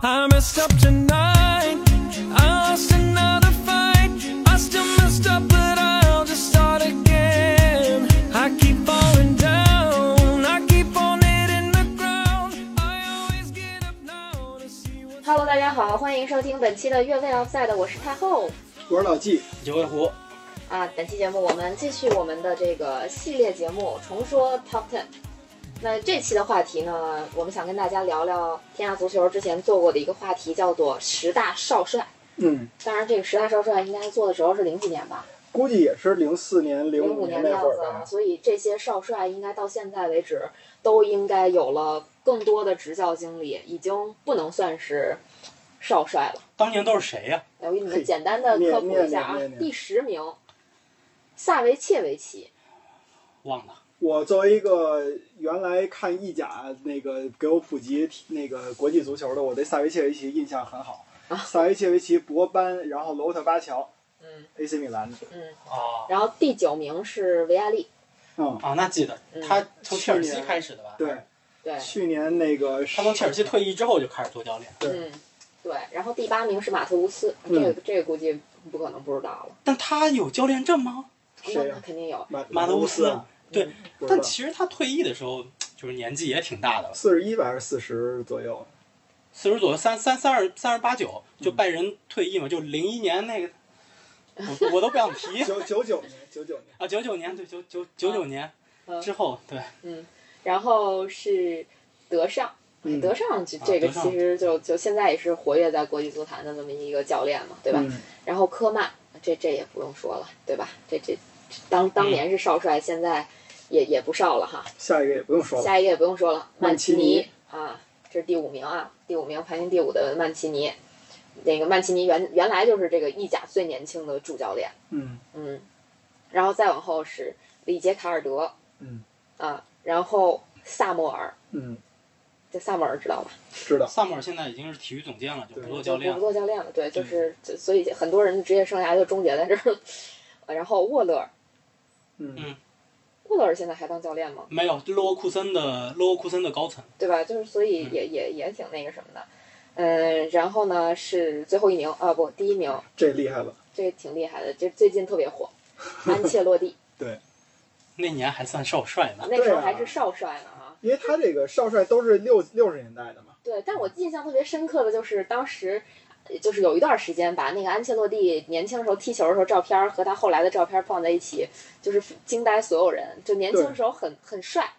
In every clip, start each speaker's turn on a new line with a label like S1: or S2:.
S1: I messed up tonight. I lost another fight. I still messed up, but I'll just start again. I keep falling down. I keep on hitting the ground. I always get up now to see what's
S2: Hello，大家好，欢迎收听本期的越位 Offside，我是太后
S3: 我是老纪，
S4: 九尾狐，
S2: 啊。本期节目我们继续我们的这个系列节目，重说 Top Ten。那这期的话题呢，我们想跟大家聊聊天下足球之前做过的一个话题，叫做十大少帅。
S3: 嗯，
S2: 当然，这个十大少帅应该做的时候是零几年吧，
S3: 估计也是零四年、零
S2: 零
S3: 五
S2: 五年
S3: 年
S2: 的
S3: 那
S2: 样
S3: 会儿
S2: 子啊。
S3: 吧。
S2: 所以这些少帅应该到现在为止都应该有了更多的执教经历，已经不能算是少帅了。
S4: 当年都是谁呀、
S2: 来，我给你们
S3: 嘿
S2: 简单的科普一下啊
S3: 念念念念。念
S2: 第十名，萨维切维奇，
S4: 忘了。
S3: 我作为一个原来看意甲那个给我普及那个国际足球的，我对萨维切维奇印象很好。
S2: 啊
S3: 萨维切维奇、博班，然后罗伯特巴乔
S2: 嗯
S3: ，AC 米兰的。
S2: 嗯，
S4: 哦
S2: 然后第九名是维亚利，
S3: 嗯，
S4: 啊，那记得
S2: 嗯
S4: 他从切尔西开始的吧？
S3: 对，
S2: 对，
S3: 去年那个
S4: 他从切尔西退役之后就开始做教练，
S3: 对
S2: 嗯，对，然后第八名是马特乌斯，这
S3: 嗯
S2: 个这个估计不可能不知道了，
S4: 但他有教练证吗？
S2: 那
S3: 谁啊
S2: 那
S3: 呀？
S2: 肯定有，
S3: 马
S4: 马德乌斯。啊嗯对，
S3: 不知道
S4: 但其实他退役的时候就是年纪也挺大的了，
S3: 四十一吧，还是四十左右？
S4: 四十左右，三三三二三十八九，
S2: 嗯
S4: 就拜仁退役嘛，就零一 年那个，我我都不想提
S3: 九九九年，九九年。
S4: 啊，九九年对九九九九年
S2: 嗯
S4: 之后对，
S2: 嗯，然后是德尚。
S3: 嗯
S2: 德尚这
S4: 啊
S2: 这个
S4: 德尚
S2: 其实就就现在也是活跃在国际足坛的这么一个教练嘛，对吧？
S3: 嗯
S2: 然后科曼，这这也不用说了，对吧？这这这当
S4: 嗯
S2: 当年是少帅，现在也也不少了哈。
S3: 下一个也不用说了。
S2: 下一个也不用说了，哦曼
S3: 曼
S2: 奇
S3: 奇
S2: 尼
S3: 尼
S2: 啊，这是第五名啊，第五名排名第五的曼奇尼。那个曼奇尼原原来就是这个意甲最年轻的主教练，
S3: 嗯，
S2: 嗯，然后再往后是里杰卡尔德，
S3: 嗯
S2: 啊，然后萨莫尔，
S3: 嗯，
S2: 这萨莫尔知道吧？
S3: 知道。
S4: 萨姆尔现在已经是体育总监了，就不做教练嗯
S2: 不
S4: 了。
S2: 做教练了，对，就是就所以很多人的职业生涯就终结在这儿了。 呃然后沃勒尔，
S3: 嗯
S2: 沃勒尔现在还当教练吗？
S4: 没有，勒沃库森的勒沃库森的高层，
S2: 对吧？就是所以
S4: 嗯
S2: 也、也也挺那个什么的，嗯，然后呢是最后一名啊，不，第一名，
S3: 这厉害了。
S2: 这个挺厉害的，这最近特别火，安切洛蒂，
S4: 那年还算少帅呢。
S2: 那时候还是少帅呢啊。
S3: 因为他这个少帅都是六六十年代的嘛，
S2: 对，但我印象特别深刻的就是当时，呃就是有一段时间把那个安切洛蒂年轻时候踢球的时候照片儿和他后来的照片儿放在一起，就是惊呆所有人。就年轻时候很很帅，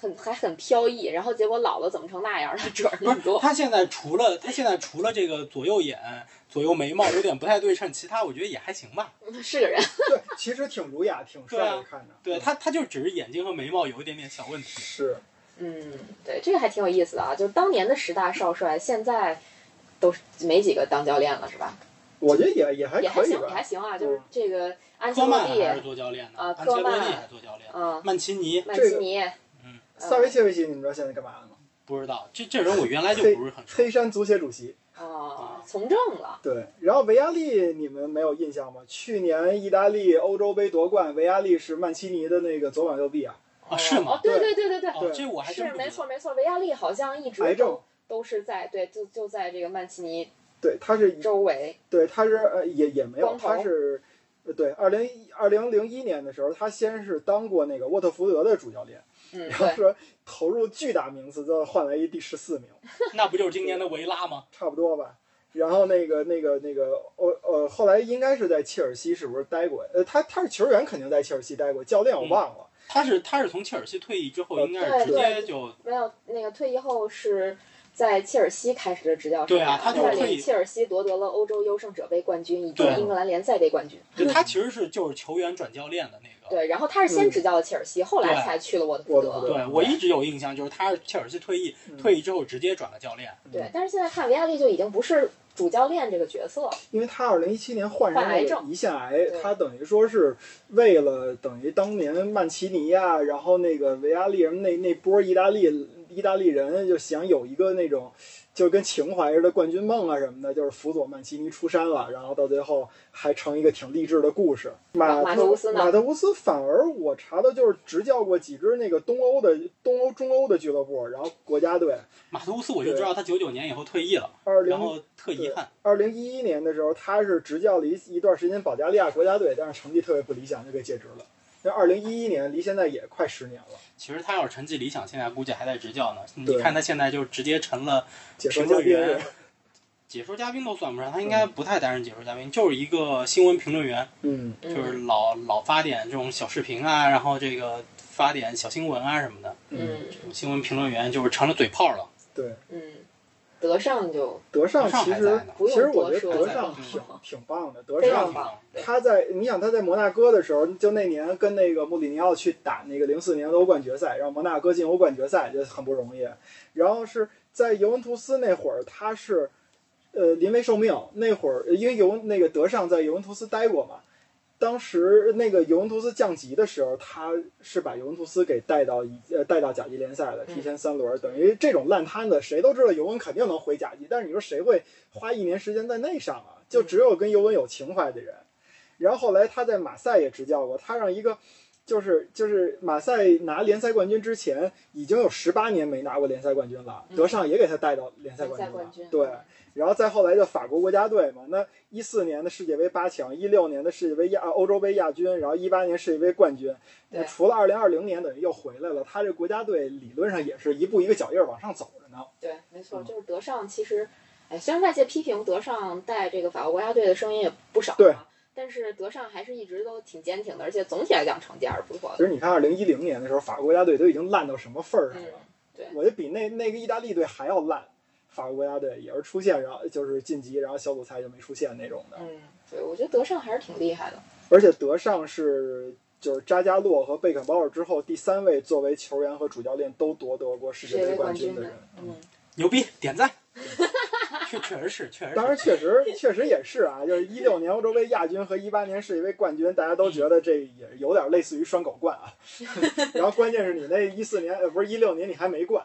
S2: 很还很飘逸，然后结果老了怎么成那 样了？褶儿那么多。
S4: 他现在除了他现在除了这个左右眼、左右眉毛有点不太对称，其他我觉得也还行吧。
S2: 是个人，
S3: 对，其实挺儒雅，挺帅的，看着。嗯
S4: 对他，他就只是眼睛和眉毛有一点点小问题。
S3: 是，
S2: 嗯，对，这个还挺有意思的啊。就是当年的十大少帅，现在都是没几个当教练了，是吧？
S3: 我觉得也也还
S2: 也还
S3: 可以
S2: 行，也还
S3: 吧。
S2: 行啊。就是
S3: 嗯
S2: 这个安切洛
S4: 科曼还是
S2: 蒂，
S4: 做教练呢，
S2: 啊
S4: 安切
S2: 科
S4: 洛蒂
S2: 曼
S4: 还做教练，
S2: 嗯，
S4: 曼奇尼
S2: 曼
S3: 这
S2: 奇
S3: 个
S2: 尼，
S4: 嗯
S3: 萨维切维奇，你们知道现在干嘛了吗？
S4: 不知道这这人我原来就不是很熟。
S3: 黑山足协主席。
S2: 哦，从政了。
S3: 对，然后维亚利你们没有印象吗？去年意大利欧洲杯夺冠，维亚利是曼奇尼的那个左膀右臂啊，
S4: 啊是吗
S2: 哦，对对对对对，
S4: 哦，这我还真
S2: 是
S4: 不
S2: 没
S4: 知
S2: 错
S4: 道。
S2: 没错，维亚利好像一直
S3: 癌
S2: 都
S3: 症。
S2: 都是在对，就就在这个曼奇尼
S3: 对，他是
S2: 周围。
S3: 对，他是呃也也没有
S2: 光，头
S3: 他是呃对，二零二零零一年的时候，他先是当过那个沃特福德的主教练，
S2: 嗯，
S3: 然后
S2: 对，
S3: 说投入巨大名次，最后换来一第十四名。
S4: 那不就是今年的维拉吗？
S3: 差不多吧。然后那个那个那个，呃呃，后来应该是在切尔西是不是待过？呃，他他是球员，肯定在切尔西待过，教练我忘了。
S4: 他是他是从切尔西退役之后，
S3: 呃
S4: 应该是直
S2: 哦对
S4: 接
S2: 对
S4: 就
S2: 没有那个退役后是在切尔西开始的执教生涯，
S4: 对啊他
S3: 就是
S2: 带领
S4: 退役
S2: 切尔西夺得了欧洲优胜者杯冠军以及
S4: 对
S2: 英格兰联赛杯冠军。
S4: 就他其实是就是球员转教练的那个。
S2: 对，然后他是先执教的切尔西，后来才去了沃特福
S3: 嗯沃特福
S2: 德
S3: 德。
S4: 对，我一直有印象，就是他是切尔西退役，
S3: 嗯
S4: 退役之后直接转了教练。
S2: 对，但是现在看维亚利就已经不是主教练这个角色了。
S3: 因为他二零一七年患上
S2: 患癌
S3: 那
S2: 症
S3: 个胰腺癌
S2: 对，
S3: 他等于说是为了等于当年曼奇尼啊，然后那个维亚利人那那波意大利意大利人就想有一个那种，就跟情怀似的冠军梦啊什么的，就是辅佐曼奇尼出山了，然后到最后还成一个挺励志的故事。马
S2: 马
S3: 特
S2: 特乌斯呢
S3: 马特乌斯反而我查的就是执教过几支那个东欧的东欧中欧的俱乐部，然后国家队。
S4: 马特乌斯我就知道他九九年以后退役了，
S3: 二零
S4: 然后特遗憾，
S3: 二零一一年的时候，他是执教了一一段时间保加利亚国家队，但是成绩特别不理想，就被解职了。那二零一一年离现在也快十年了，
S4: 其实他要是成绩理想，现在估计还在执教呢。你
S3: 对
S4: 看他现在就直接成了
S3: 解说
S4: 评
S3: 嘉
S4: 论
S3: 宾
S4: 员
S3: 是，
S4: 解说嘉宾都算不上，他应该不太担任解说嘉宾，就是一个新闻评论员，
S3: 嗯，
S2: 嗯
S4: 就是老老发点这种小视频啊，然后这个发点小新闻啊什么的。
S2: 嗯
S4: 新闻评论员就是成了嘴炮了，
S3: 对，
S2: 嗯，德尚就
S3: 德尚
S4: 德尚
S3: 其
S4: 还
S3: 实
S4: 在呢
S2: 不
S3: 其实
S2: 用
S3: 我
S2: 多
S3: 觉
S2: 说
S3: 得德
S2: 了，
S3: 尚
S4: 嗯
S3: 挺挺棒的，德
S2: 非
S3: 尚
S2: 常
S4: 挺
S2: 棒
S4: 棒。
S3: 他在你想他在摩纳哥的时候，就那年跟那个穆里尼奥去打那个零四年的欧冠决赛，让摩纳哥进欧冠决赛就很不容易。然后是在尤文图斯那会儿，他是呃临危受命，那会儿因为尤文那个德尚在尤文图斯待过嘛。当时那个尤文图斯降级的时候，他是把尤文图斯给带到一呃带到甲级联赛的，提前三轮，等于这种烂摊子，谁都知道尤文肯定能回甲级，但是你说谁会花一年时间在那上啊？就只有跟尤文有情怀的人。然后后来他在马赛也执教过，他让一个就是就是马赛拿联赛冠军之前，已经有十八年没拿过联赛冠军了，
S2: 嗯
S3: 德尚也给他带到联赛冠
S2: 赛
S3: 军了。
S2: 冠军嗯
S3: 对，然后再后来就法国国家队嘛，那一四年的世界杯八强，一六年的世界杯亚欧洲杯亚军，然后一八年世界杯冠军。
S2: 对
S3: 那除了二零二零年等于又回来了，他这国家队理论上也是一步一个脚印儿往上走着呢。
S2: 对，没错，
S3: 嗯
S2: 就是德尚其实，哎，虽然外界批评德尚带这个法国国家队的声音也不少、啊，
S3: 对，
S2: 但是德尚还是一直都挺坚挺的，而且总体来讲成绩还是不错
S3: 其
S2: 的。
S3: 实你看二零一零年的时候，法国国家队都已经烂到什么份儿上
S2: 嗯
S3: 了。，
S2: 对，
S3: 我觉得比那那个意大利队还要烂。法国国家队也是出现，然后就是晋级，然后小组赛就没出现那种的。
S2: 嗯，对，我觉得德尚还是挺厉害的。
S3: 而且德尚是就是扎加洛和贝肯鲍尔之后第三位作为球员和主教练都夺得过世界杯冠军的人。
S2: 嗯，
S4: 牛逼，点赞。确确实是，确实是。
S3: 当然，确实确实也是啊，就是一六年欧洲杯亚军和一八年世界杯冠军，大家都觉得这也有点类似于双狗冠 啊。然后关键是你那一四年呃不是一六年你还没冠，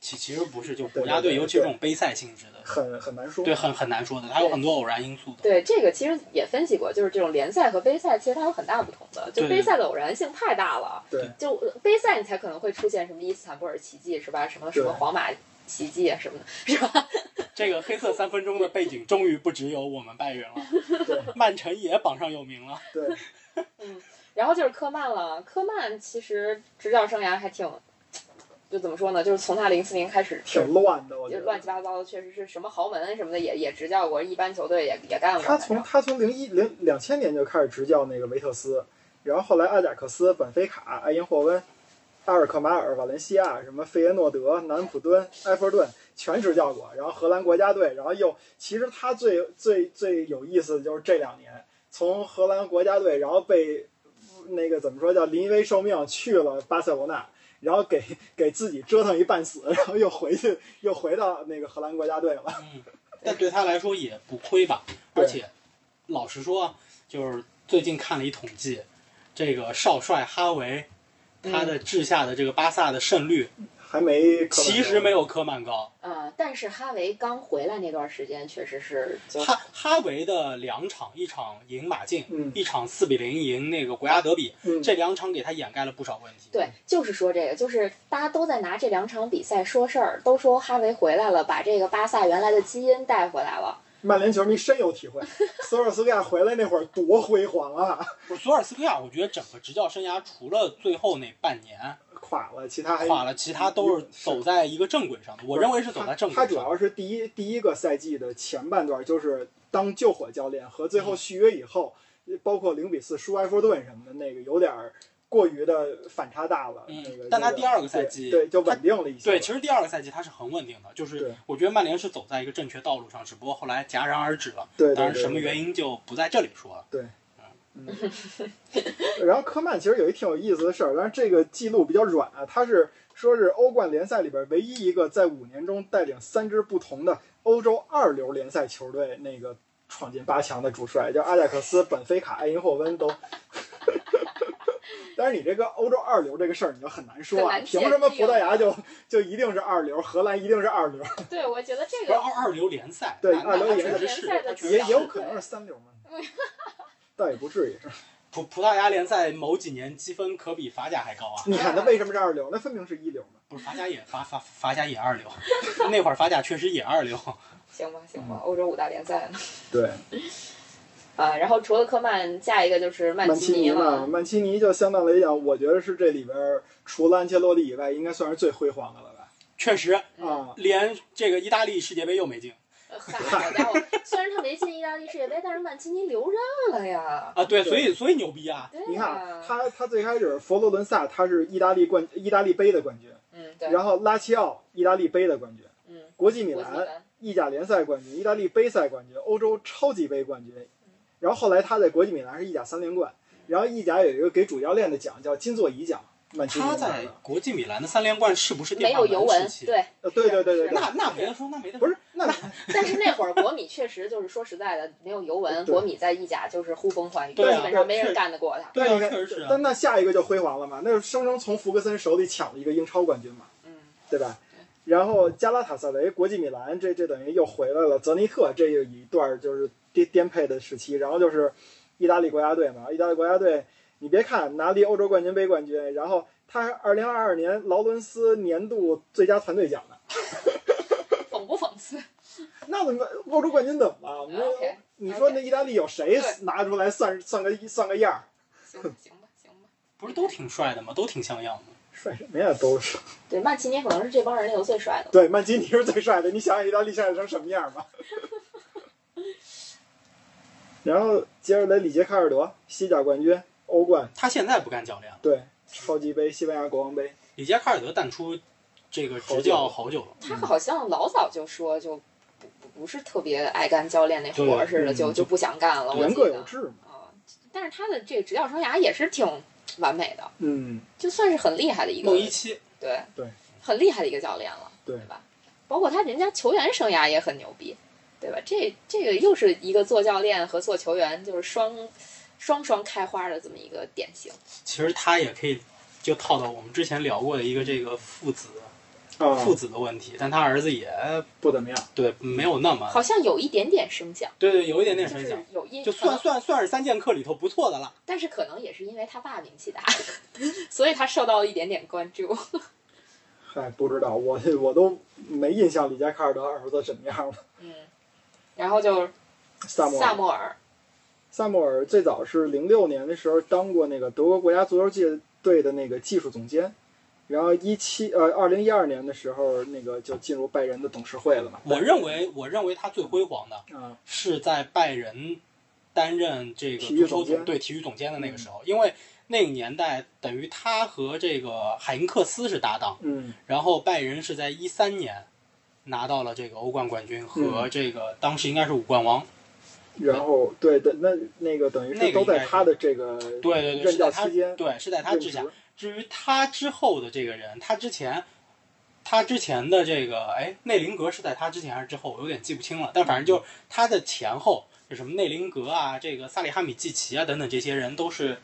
S4: 其其实不是，就
S3: 对
S4: 国家
S3: 对
S4: 队，尤其是这种杯赛性质的，
S3: 很很难说。
S4: 对，很很难说的，它有很多偶然因素的。
S2: 对，这个其实也分析过，就是这种联赛和杯赛其实它有很大不同的，就
S4: 对
S2: 杯赛的偶然性太大了。
S3: 对
S2: 就呃杯赛你才可能会出现什么伊斯坦布尔奇迹是吧？什么什么
S3: 对
S2: 皇马奇迹啊什么的，是吧？
S4: 这个黑色三分钟的背景终于不只有我们拜仁了，
S3: 对
S4: 曼城也榜上有名了。
S3: 对，
S2: 然后就是科曼了，科曼其实执教生涯还挺，就怎么说呢？就是从他零四年开始是
S3: 挺乱的，我觉
S2: 就
S3: 得
S2: 乱七八糟的，确实是什么豪门什么的也也执教过，一般球队也也干过。
S3: 他从
S2: 反
S3: 他从零一零两千年就开始执教那个维特斯，然后后来阿贾克斯、本菲卡、埃因霍温、阿尔克马尔、瓦伦西亚、什么费耶诺德、南普敦、埃弗顿全执教过，然后荷兰国家队，然后又其实他最最最有意思的就是这两年从荷兰国家队，然后被那个怎么说叫临危受命去了巴塞罗那。然后给给自己折腾一半死，然后又回去，又回到那个荷兰国家队了。
S4: 嗯，但对他来说也不亏吧。
S3: 对
S4: 而且，老实说，啊就是最近看了一统计，这个少帅哈维，
S2: 正
S3: 嗯
S4: 他的治下的这个巴萨的胜率
S3: 还没科曼
S4: 其实
S3: 高
S4: 没有科曼高。
S2: 嗯、呃但是哈维刚回来那段时间确实是就
S4: 哈哈维的两场，一场赢马竞，
S3: 嗯
S4: 一场四比零赢那个国家德比，
S3: 嗯
S4: 这两场给他掩盖了不少问题。
S2: 对，就是说这个，就是大家都在拿这两场比赛说事儿，都说哈维回来了，把这个巴萨原来的基因带回来了。
S3: 曼联球迷深有体会，索尔斯克亚回来那会儿多辉煌啊，
S4: 不是索尔斯克亚，我觉得整个执教生涯除了最后那半年
S3: 垮了，其他还
S4: 垮了，其他都是走在一个正轨上的。我认为是走在正轨
S3: 他
S4: 上。
S3: 主要是第一第一个赛季的前半段就是当救火教练和最后续约以后，包括零比四输埃弗顿什么的，那个有点儿过于的反差大了。
S4: 嗯
S3: 那个
S4: 但他
S3: 有点
S4: 第二个赛季
S3: 对对就稳定了一些。
S4: 对，其实第二个赛季他是很稳定的，就是
S3: 对
S4: 我觉得曼联是走在一个正确道路上，只不过后来戛然而止了。
S3: 对对
S4: 当然
S3: 对
S4: 什么
S3: 对
S4: 原因就不在这里说了。
S3: 然后科曼其实有一挺有意思的事儿，但是这个记录比较软啊，他是说是欧冠联赛里边唯一一个在五年中带领三支不同的欧洲二流联赛球队那个闯进八强的主帅，叫阿贾克斯、本菲卡、埃因霍温都但是你这个欧洲二流这个事儿，你就很难说
S2: 很
S3: 啊。
S2: 难
S3: 凭
S2: 界
S3: 什么葡
S2: 定
S3: 萄牙就就一定是二流，荷兰一定是二流？
S2: 对，我觉得这
S4: 不是
S2: 个
S4: 二二流联赛，
S3: 对
S4: 那那
S3: 二流
S4: 它
S3: 联赛
S4: 确
S2: 联
S4: 实是
S2: 赛的
S4: 它确
S2: 指
S4: 实
S3: 也
S2: 导
S3: 也有可能是三流 嘛，倒也不至于。
S4: 葡葡萄牙联赛某几年积分可比法甲还高啊！
S3: 你看他为什么是二流？那分明是一流嘛。
S4: 不是法甲也法法法甲也二 流，那会儿法甲确实也二流。
S2: 行吧，行
S3: 嗯
S2: 吧，欧洲五大联赛呢
S3: 对，
S2: 啊。然后除了科曼，下一个就是曼
S3: 曼
S2: 奇
S3: 奇
S2: 尼
S3: 尼
S2: 了
S3: 嘛，。曼奇尼就相对来讲，我觉得是这里边儿除了安切洛蒂以外，应该算是最辉煌的了吧？
S4: 确实，
S3: 啊、
S4: 连这个意大利世界杯又没进
S2: 呃嗨，好家伙，虽然他没进意大利世界杯，但是曼奇尼留任了呀。
S4: 啊！对，
S3: 对
S4: 所以所以牛逼啊！
S2: 对呀
S3: 你看，他他最开始佛罗伦萨他是意大利冠意大利杯的冠军，
S2: 嗯，对，
S3: 然后拉齐奥意大利杯的冠军，
S2: 嗯，
S3: 国际米
S2: 国际米
S3: 兰
S2: 兰，
S3: 意甲联赛冠军，意大利杯赛冠军，欧洲超级杯冠军。
S2: 嗯
S3: 然后后来他在国际米兰是意甲三连冠，然后意甲有一个给主教练的奖叫金座乙奖，曼奇尼
S4: 他
S3: 拿
S4: 在
S3: 的
S4: 国际米兰的三连冠是不是
S2: 没
S4: 电话
S2: 有尤文
S4: 时，期？
S2: 对，
S3: 呃对对对对对，
S4: 那那没得说，那没得
S3: 不
S4: 说。
S3: 是那
S2: 但是那会儿国米确实就是说实在的，没有尤文，
S3: 对
S2: 国米在意甲就是呼风唤雨，
S4: 对
S3: 啊
S2: 基本上没人干得过他。
S4: 对
S3: 那
S4: 啊，
S3: 个
S4: 确实是啊。
S3: 但那下一个就辉煌了嘛，那就生生从福格森手里抢了一个英超冠军嘛，
S2: 嗯，
S3: 对吧？然后加拉塔萨雷、国际米兰，这这等于又回来了。泽尼特这有一段就是颠颠沛的时期，然后就是意大利国家队嘛，意大利国家队，你别看拿了一欧洲冠军杯冠军，然后他还二零二二年劳伦斯年度最佳团队奖呢。
S2: 讽不讽刺？
S3: 那怎么办欧洲冠军怎么了？你说
S2: OK，
S3: 你说那意大利有谁拿出来算算个算个样儿？
S2: 行吧，行吧，行吧。
S4: 不是都挺帅的吗？都挺像样的。
S3: 帅什么呀？都是
S2: 对，曼奇尼可能是这帮人里头最帅的。
S3: 对，曼基尼是最帅的，你想想意大利现在成什么样吧。然后接着来里杰卡尔德，西甲冠军，欧冠，
S4: 他现在不干教练了，
S3: 对，超级杯，西班牙国王杯，
S4: 里杰卡尔德淡出这个执教好久了。
S2: 他好像老早就说就不不不是特别爱干教练那活儿似的，
S4: 对嗯
S2: 就就不想干了。我
S3: 人
S2: 记
S3: 各有
S2: 得
S3: 志嘛。
S2: 啊，但是他的这个执教生涯也是挺完美的，
S3: 嗯，
S2: 就算是很厉害的一个
S4: 梦一期
S2: 对
S3: 对，
S2: 很厉害的一个教练了，
S3: 对
S2: 吧？包括他人家球员生涯也很牛逼，对吧？这这个又是一个做教练和做球员就是双双双开花的这么一个典型。
S4: 其实他也可以就套到我们之前聊过的一个这个父子
S3: 啊，
S4: 父子的问题，但他儿子也
S3: 不怎么样。
S4: 对没有那么
S2: 好像有一点点升降，
S4: 对对，有一点点
S2: 就
S4: 声
S2: 是
S4: 响，
S2: 有一
S4: 就算，算算是三剑客里头不错的了。
S2: 但是可能也是因为他爸名气大，所以他受到了一点点关注。
S3: 嗨，不知道，我我都没印象里杰卡尔德儿子什么样了。
S2: 嗯，然后就是
S3: 萨莫
S2: 萨
S3: 尔，
S2: 莫尔，
S3: 萨莫尔最早是零六年的时候当过那个德国国家足球界队的那个技术总监，然后一七呃二零一二年的时候，那个就进入拜仁的董事会了嘛。
S4: 我认为我认为他最辉煌的
S3: 啊，
S4: 是在拜仁担任这个
S3: 体育
S4: 足
S3: 总
S4: 球
S3: 监嗯
S4: 总对体育总监的那个时候，因为那个年代等于他和这个海因克斯是搭档。
S3: 嗯
S4: 然后拜仁是在一三年拿到了这个欧冠冠军
S3: 嗯
S4: 和这个当时应该是五冠王，，
S3: 然后对对，那那个等于
S4: 那
S3: 是
S4: 个
S3: 都
S4: 应该
S3: 在
S4: 是
S3: 他的这个
S4: 对对对，
S3: 任
S4: 是
S3: 教
S4: 在他
S3: 期间
S4: 对是在他
S3: 任
S4: 之下
S3: 职。
S4: 至于他之后的这个人，他之前他之前的这个哎内林格是在他之前还是之后，我有点记不清了，但反正就是他的前后就什么内林格啊，这个萨里哈米季奇啊等等这些人都是。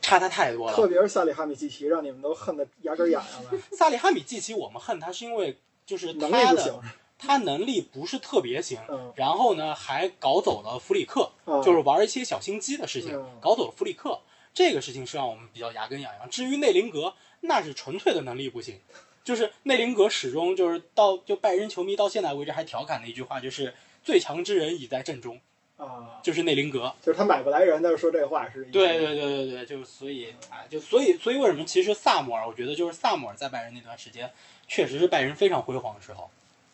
S4: 差他太多
S3: 特
S4: 了。
S3: 别是萨里哈米季奇，让你们都恨得牙根痒痒了，
S4: 萨里哈米季奇，我们恨他是因为就是
S3: 能力
S4: 他
S3: 不
S4: 的
S3: 行。
S4: 他能力不是特别行，
S3: 嗯
S4: 然后呢还搞走了弗里克，
S3: 啊，
S4: 就是玩一些小心机的事情
S3: 嗯，
S4: 搞走了弗里克，这个事情是让我们比较牙根痒痒。至于内林格，那是纯粹的能力不行，就是内林格始终就是到就拜仁球迷到现在为止还调侃的一句话就是最强之人已在阵中，
S3: 啊，
S4: 就是内林格。
S3: 就是他买不来人，他就说这话是这意思
S4: 对对对对对，就是所以啊，就所以所以为什么其实萨姆尔，我觉得就是萨姆尔在拜仁那段时间，确实是拜仁非常辉煌的时候。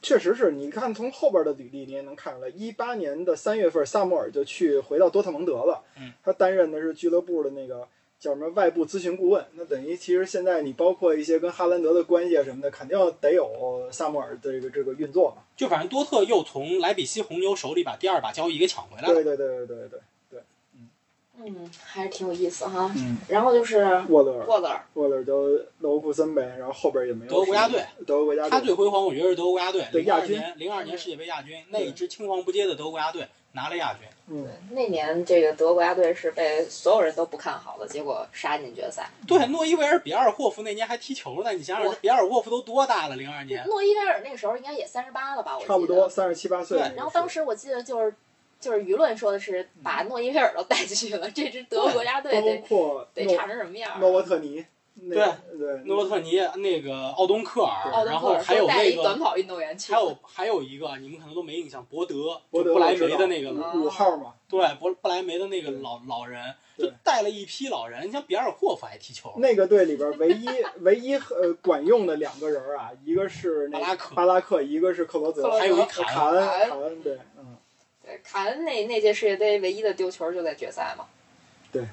S3: 确实是你看从后边的履历，你也能看出来，一八年的三月份，萨莫尔就去回到多特蒙德了。
S4: 嗯，
S3: 他担任的是俱乐部的那个叫什么外部咨询顾问。那等于其实现在你包括一些跟哈兰德的关系啊什么的，肯定得有萨莫尔的这个这个运作嘛。
S4: 就反正多特又从莱比锡红牛手里把第二把交易给抢回来了。
S3: 对对对对对对，
S2: 嗯，还是挺有意思哈。
S3: 嗯，
S2: 然后就是
S3: 沃勒尔，
S2: 沃勒尔，
S3: 沃勒尔就勒沃库森呗，然后后边也没有
S4: 德国国家队，
S3: 德国国家
S4: 他
S3: 队
S4: 最辉煌，我觉得是德国国家队，
S3: 对
S4: 零二
S3: 亚军
S4: 年零二年世界杯亚军那一支青黄不接的德国国家队，拿了亚军。
S3: 嗯，
S2: 那年这个德国国家队是被所有人都不看好的，结果杀进决赛。
S4: 对，诺伊维尔比尔霍夫那年还踢球呢，你想想
S2: 哇，
S4: 比尔霍夫都多大了？零二年，
S2: 诺伊威尔那个时候应该也三十八了吧？我
S4: 哦
S2: 记得
S3: 差不多。三十七八岁
S4: 对。
S2: 然后当时我记得就是就是舆论说的是
S3: 嗯
S2: 把诺伊威尔都带去了，这支德国国家队
S3: 包
S2: 得
S3: 括
S2: 得
S3: 诺
S2: 差成什么样儿？
S3: 诺沃特尼，那
S4: 对
S3: 对
S4: 诺伯特尼、那个奥东克尔，
S2: 嗯奥
S4: 然
S2: 登
S4: 后
S2: 克尔
S4: 还有
S2: 说带了
S4: 那
S2: 一短
S4: 个，
S2: 跑运动员去
S4: 还
S2: 了，
S4: 有还有一个，你们可能都没印象，博德，
S3: 博德
S4: 布莱
S3: 我知
S4: 梅
S3: 道
S4: 的那个，
S2: 嗯
S3: 五号嘛，
S4: 对，布布莱梅的那个老老人，
S3: 对
S4: 就带了一批老人。你像比尔霍夫还踢球，
S2: 嗯
S3: 那个队里边唯一唯一呃管用的两个人儿啊，一个是那
S4: 巴拉克
S3: 巴拉克，一个是克罗泽，
S2: 克罗泽
S4: 还有一
S3: 卡
S4: 坎，
S3: 恩
S2: 卡恩
S3: 卡恩对，嗯，
S2: 对，卡呃恩那那届世界杯唯一的丢球就在决赛嘛。
S3: 对。啊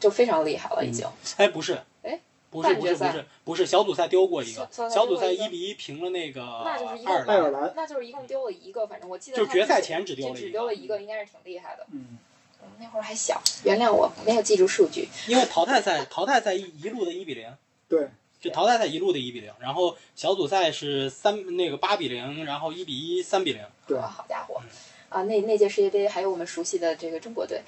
S2: 就非常厉害了，已经。
S4: 哎，不是，
S2: 哎，
S4: 不是，
S2: 半
S4: 不
S2: 决
S4: 是，不
S2: 赛
S4: 是，不是，小组赛丢过一个，
S2: 小
S4: 小
S2: 小
S4: 组
S2: 组
S4: 赛
S2: 赛丢过一个
S4: 一比一平了那个
S2: 那就是一个
S4: 爱尔
S3: 爱尔
S4: 兰，
S3: 兰，
S2: 那就是一共丢了一个，反正我记得
S4: 就是
S2: 他
S4: 决赛
S2: 只
S4: 前只丢
S2: 就
S4: 了
S2: 只
S4: 一
S2: 丢
S4: 个
S2: 了，一个，应该是挺厉害的。
S3: 嗯，
S2: 嗯那会儿还小，原谅我没有记住数据。
S4: 因为淘汰赛淘汰赛一一路的一比零，
S3: 对，
S4: 就淘汰赛一路的一比零，然后小组赛是三那个八比零，然后一比一，三比零。
S3: 对
S2: 啊，好家伙！啊，那那届世界杯还有我们熟悉的这个中国队，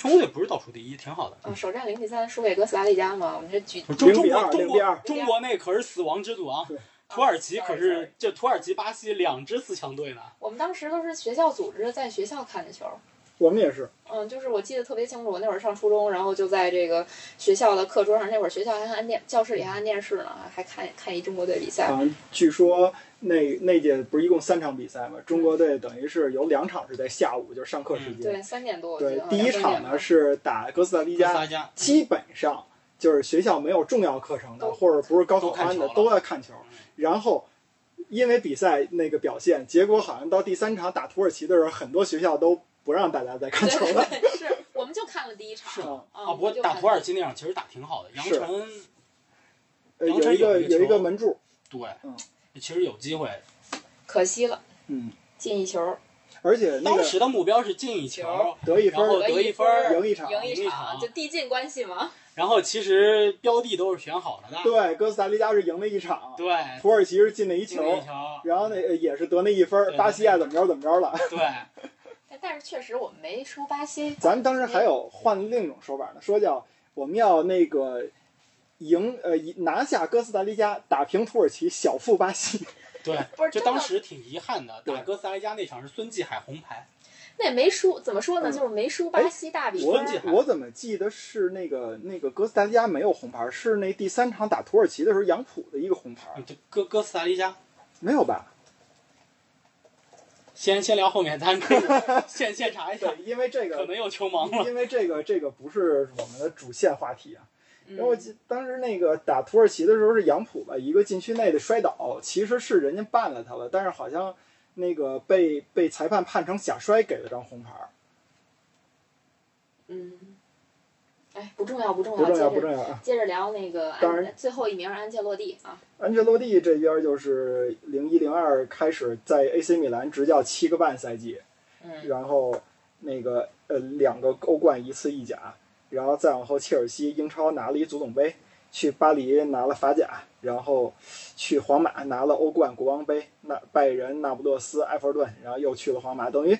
S4: 中国队不是倒数第一，挺好的。
S3: 嗯
S2: 啊，首战零比三输给哥斯达黎加嘛，我们这举
S4: 中
S3: 零
S4: 中
S3: 比
S4: 国
S3: 二
S4: 中
S3: 零比
S4: 国
S3: 二
S4: 中国那可是死亡之组啊
S3: 对！
S4: 土耳其
S2: 啊
S4: 可
S2: ，sorry，sorry
S4: 是这土耳其、巴西两支四强队呢。
S2: 我们当时都是学校组织在学校看的球。
S3: 我们也是，
S2: 嗯，就是我记得特别清楚，我那会儿上初中，然后就在这个学校的课桌上，那会儿学校还安电，教室里还安电视呢，还看看一中国队比赛。
S3: 好像呃据说那那届不是一共三场比
S4: 嗯
S3: 赛嘛，中国队等于是有两场是在下午，就是上课时间，
S4: 嗯
S2: 对，三点多我记
S3: 对
S2: 得。，
S3: 第一
S2: 两三
S3: 场
S2: 点吧
S3: 呢是打哥斯达黎
S4: 哥斯
S3: 加
S4: 达，加
S3: 基本上就是学校没有重要课程的，
S2: 都
S3: 或者不是高考
S4: 都看
S3: 班的
S4: 球了
S3: 都在看球
S4: 嗯，
S3: 然后。因为比赛那个表现，结果好像到第三场打土耳其的时候，很多学校都不让大家再看球了。
S2: 对，是，我们就看了第一场。
S3: 是吗
S2: 啊，
S4: 啊，
S2: 我
S4: 不过
S2: 们就
S4: 打
S2: 看
S4: 土耳其那场其实打挺好的，杨
S3: 是
S4: 晨
S3: 呃，
S4: 杨
S3: 有
S4: 晨
S3: 一个
S4: 有一个
S3: 有一个
S4: 球
S3: 门柱，
S4: 对
S3: 嗯，
S4: 其实有机会。
S2: 可惜了，
S3: 嗯，
S2: 进一球，
S3: 而且那
S4: 当
S3: 个
S4: 时的目标是进一球
S2: 球，
S3: 得一
S4: 然后
S3: 分
S4: 得一
S2: 一
S4: 分儿
S2: 儿
S3: 赢一场
S2: 赢
S4: 赢一场
S2: 场，就递进关系嘛。
S4: 然后其实标的都是选好了的。
S3: 对，哥斯达黎加是赢了一场，
S4: 对，
S3: 土耳其是进了一
S4: 进了
S3: 球，
S4: 一球，
S3: 然后那呃也是得那一分儿
S4: 对，
S3: 巴西啊怎么着怎么着 了。
S4: 对，
S2: 但但是确实我们没输巴西，
S3: 咱们当时还有换另一种说法呢，说叫我们要那个赢呃赢拿下哥斯达黎加，打平土耳其，小负巴西。
S4: 对，
S2: 不是
S4: 就
S2: 真
S4: 当
S2: 的
S4: 时挺遗憾的，
S3: 对
S4: 打哥斯达黎加那场是孙继海红牌，
S2: 那也没输，怎么说呢？
S3: 嗯
S2: 就是没输
S3: 哎
S2: 巴西大比
S3: 我
S2: 分
S4: 记
S2: 儿。
S3: 我怎么记得是那个那个哥斯达黎加没有红牌，是那第三场打土耳其的时候杨浦的一个红牌，
S4: 就哥哥斯达黎加。
S3: 没有吧？
S4: 先先聊后面，咱们现现查一下
S3: 对，，因为这
S4: 可
S3: 个
S4: 能又球 盲了。
S3: 因为这个这个不是我们的主线话题
S2: 嗯
S3: 啊。然后我记当时那个打土耳其的时候是杨浦吧，一个禁区内的摔倒，其实是人家绊了他了，但是好像那个被被裁判判成假摔，给了张红牌儿，
S2: 嗯，哎，不重要，不重
S3: 不重要
S2: 接着
S3: 不重要啊。
S2: 接着聊那个
S3: 当然
S2: 安最后一名是安切洛蒂啊，
S3: 安切洛蒂这边就是零一零二开始在 AC 米兰执教七个半赛季，
S2: 嗯，
S3: 然后那个呃两个欧冠一次意甲，然后再往后切尔西英超拿了一足总杯，去巴黎拿了法甲，然后去皇马拿了欧冠国王杯，那拜仁、那不勒斯、埃弗顿，然后又去了皇马，等于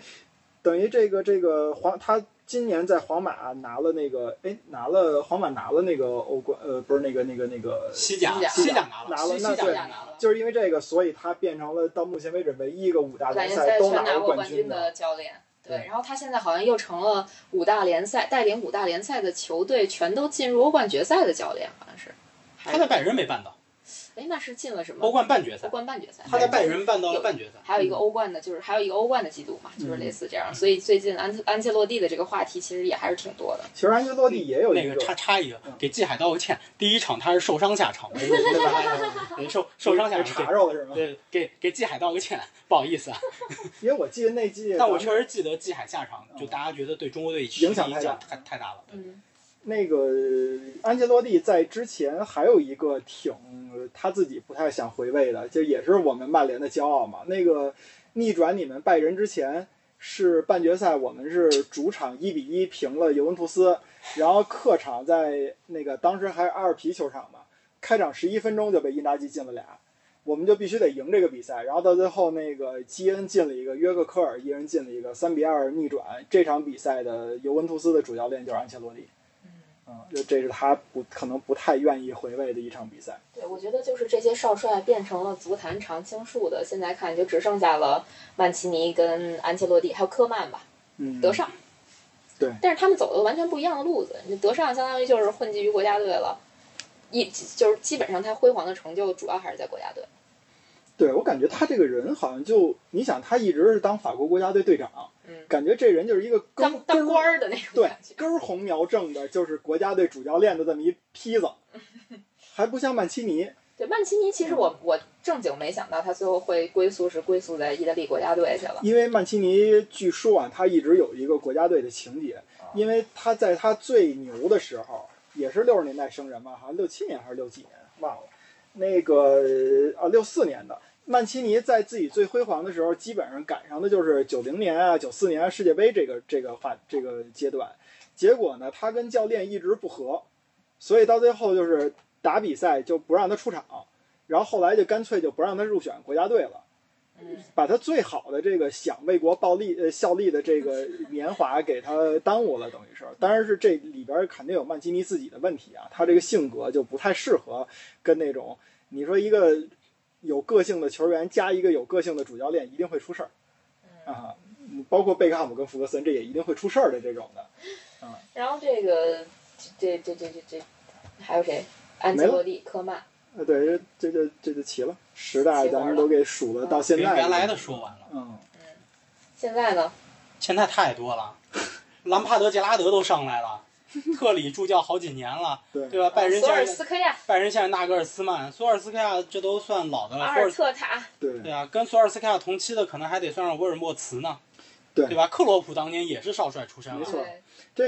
S3: 等于这个这个皇他。今年在皇马拿了那个，哎，拿了皇马拿了那个欧冠，呃，不是那个那个那个，
S4: 西甲
S2: 西，甲
S4: 西甲拿了，
S3: 拿了
S4: 西
S3: 那
S4: 西甲
S3: 对
S4: 拿了。
S3: 就是因为这个，所以他变成了到目前为止唯一一个五大
S2: 联
S3: 联
S2: 赛
S3: 赛都
S2: 全拿
S3: 了
S2: 过
S3: 冠
S2: 冠军
S3: 军
S2: 的教练。对，
S3: 对
S2: 然后他现在好像又成了五大联赛带领五大联赛的球队全都进入欧冠决赛的教练，好像是。还
S4: 他
S2: 是
S4: 在拜仁没办到，
S2: 哎，那是进了什么？
S4: 欧冠半决
S2: 欧
S4: 赛，
S2: 冠半决赛。
S4: 他在拜仁办到了半决赛。
S2: 还有一个欧冠的，就是还有一个欧冠的季度嘛，就是类似这样。所以最近安安切洛蒂的这个话题其实也还是挺多的。
S3: 其实安切洛蒂也有
S4: 那
S3: 一
S4: 个插插一个
S3: 嗯，
S4: 给季海道个歉。第一场他是受伤下场， 没问题吧对受受伤下场
S3: 查，着了是吗？
S4: 啊对，给给季海道个歉，不好意思啊。
S3: 因为我记得那季，
S4: 但我确实记得季海下场，就大家觉得对中国队
S3: 影响太
S4: 太
S3: 大
S4: 太太大了。对
S2: 嗯，
S3: 那个呃安切洛蒂在之前还有一个挺呃他自己不太想回味的，就也是我们曼联的骄傲嘛。那个逆转你们拜仁之前是半决赛，我们是主场一比一平了尤文图斯，然后客场在那个当时还是阿尔皮球场嘛，开场十一分钟就被因扎基进了俩。我们就必须得赢这个比赛。然后到最后，那个基恩进了一个，约克科尔一人进了一个，三比二逆转。这场比赛的尤文图斯的主教练就是安切洛蒂，嗯，就这是他不可能不太愿意回味的一场比赛。
S2: 对，我觉得就是这些少帅变成了足坛常青树的，现在看就只剩下了曼奇尼跟安切洛蒂，还有科曼吧，
S3: 嗯，
S2: 德尚。
S3: 对
S2: 但是他们走的完全不一样的路子。你德尚相当于就是混迹于国家队了，一就是基本上他辉煌的成就主要还是在国家队。
S3: 对我感觉他这个人好像就，你想他一直是当法国国家队队长，
S2: 嗯
S3: 感觉这人就是一个根
S2: 当
S3: 根
S2: 当官儿的那种
S3: 对
S2: 感觉，
S3: 根儿红苗正的，就是国家队主教练的这么一坯 子，还不像曼奇尼。
S2: 对，曼奇尼其实
S3: 嗯
S2: 我我正经没想到他最后会归宿是归宿在意大利国家队去了。
S3: 因为曼奇尼据说啊，他一直有一个国家队的情节，因为他在他最牛的时候，也是六十年代生人吧，好像六七年还是六几年，忘了。那个啊，六四年的曼奇尼在自己最辉煌的时候，基本上赶上的就是九零年啊、九四年、啊、世界杯这个这个话这个阶段。结果呢，他跟教练一直不和，所以到最后就是打比赛就不让他出场，然后后来就干脆就不让他入选国家队了。
S2: 嗯，
S3: 把他最好的这个想为国暴力呃效力的这个年华给他耽误了，等于是。当然是这里边肯定有曼基尼自己的问题啊，他这个性格就不太适合跟那种你说一个有个性的球员加一个有个性的主教练一定会出事儿啊，包括贝克汉姆跟弗格森这也一定会出事儿的这种的。
S2: 然后这个这这这这这还有谁？安切洛蒂、科曼，
S3: 呃，对，这这这就齐了，十大咱们都给数了，到现
S4: 别
S3: 在
S4: 原来的说完了，
S3: 嗯，
S2: 现在呢？
S4: 现在太多了，兰帕德、杰拉德都上来了，特里助教好几年了，
S3: 对
S4: 对吧？拜仁
S2: 索
S4: 现
S2: 尔
S4: 在
S2: 斯克亚、
S4: 拜仁现在纳格尔斯曼、索尔斯克亚这都算老
S3: 啊
S4: 的了，
S2: 阿
S4: 索
S2: 尔
S4: 尔斯
S2: 特塔，
S3: 对
S4: 对啊，跟索尔斯克亚同期的可能还得算上威尔莫茨呢，
S3: 对
S4: 吧？克洛普当年也是少帅出身
S3: 没
S4: 了，
S3: 错
S2: 对，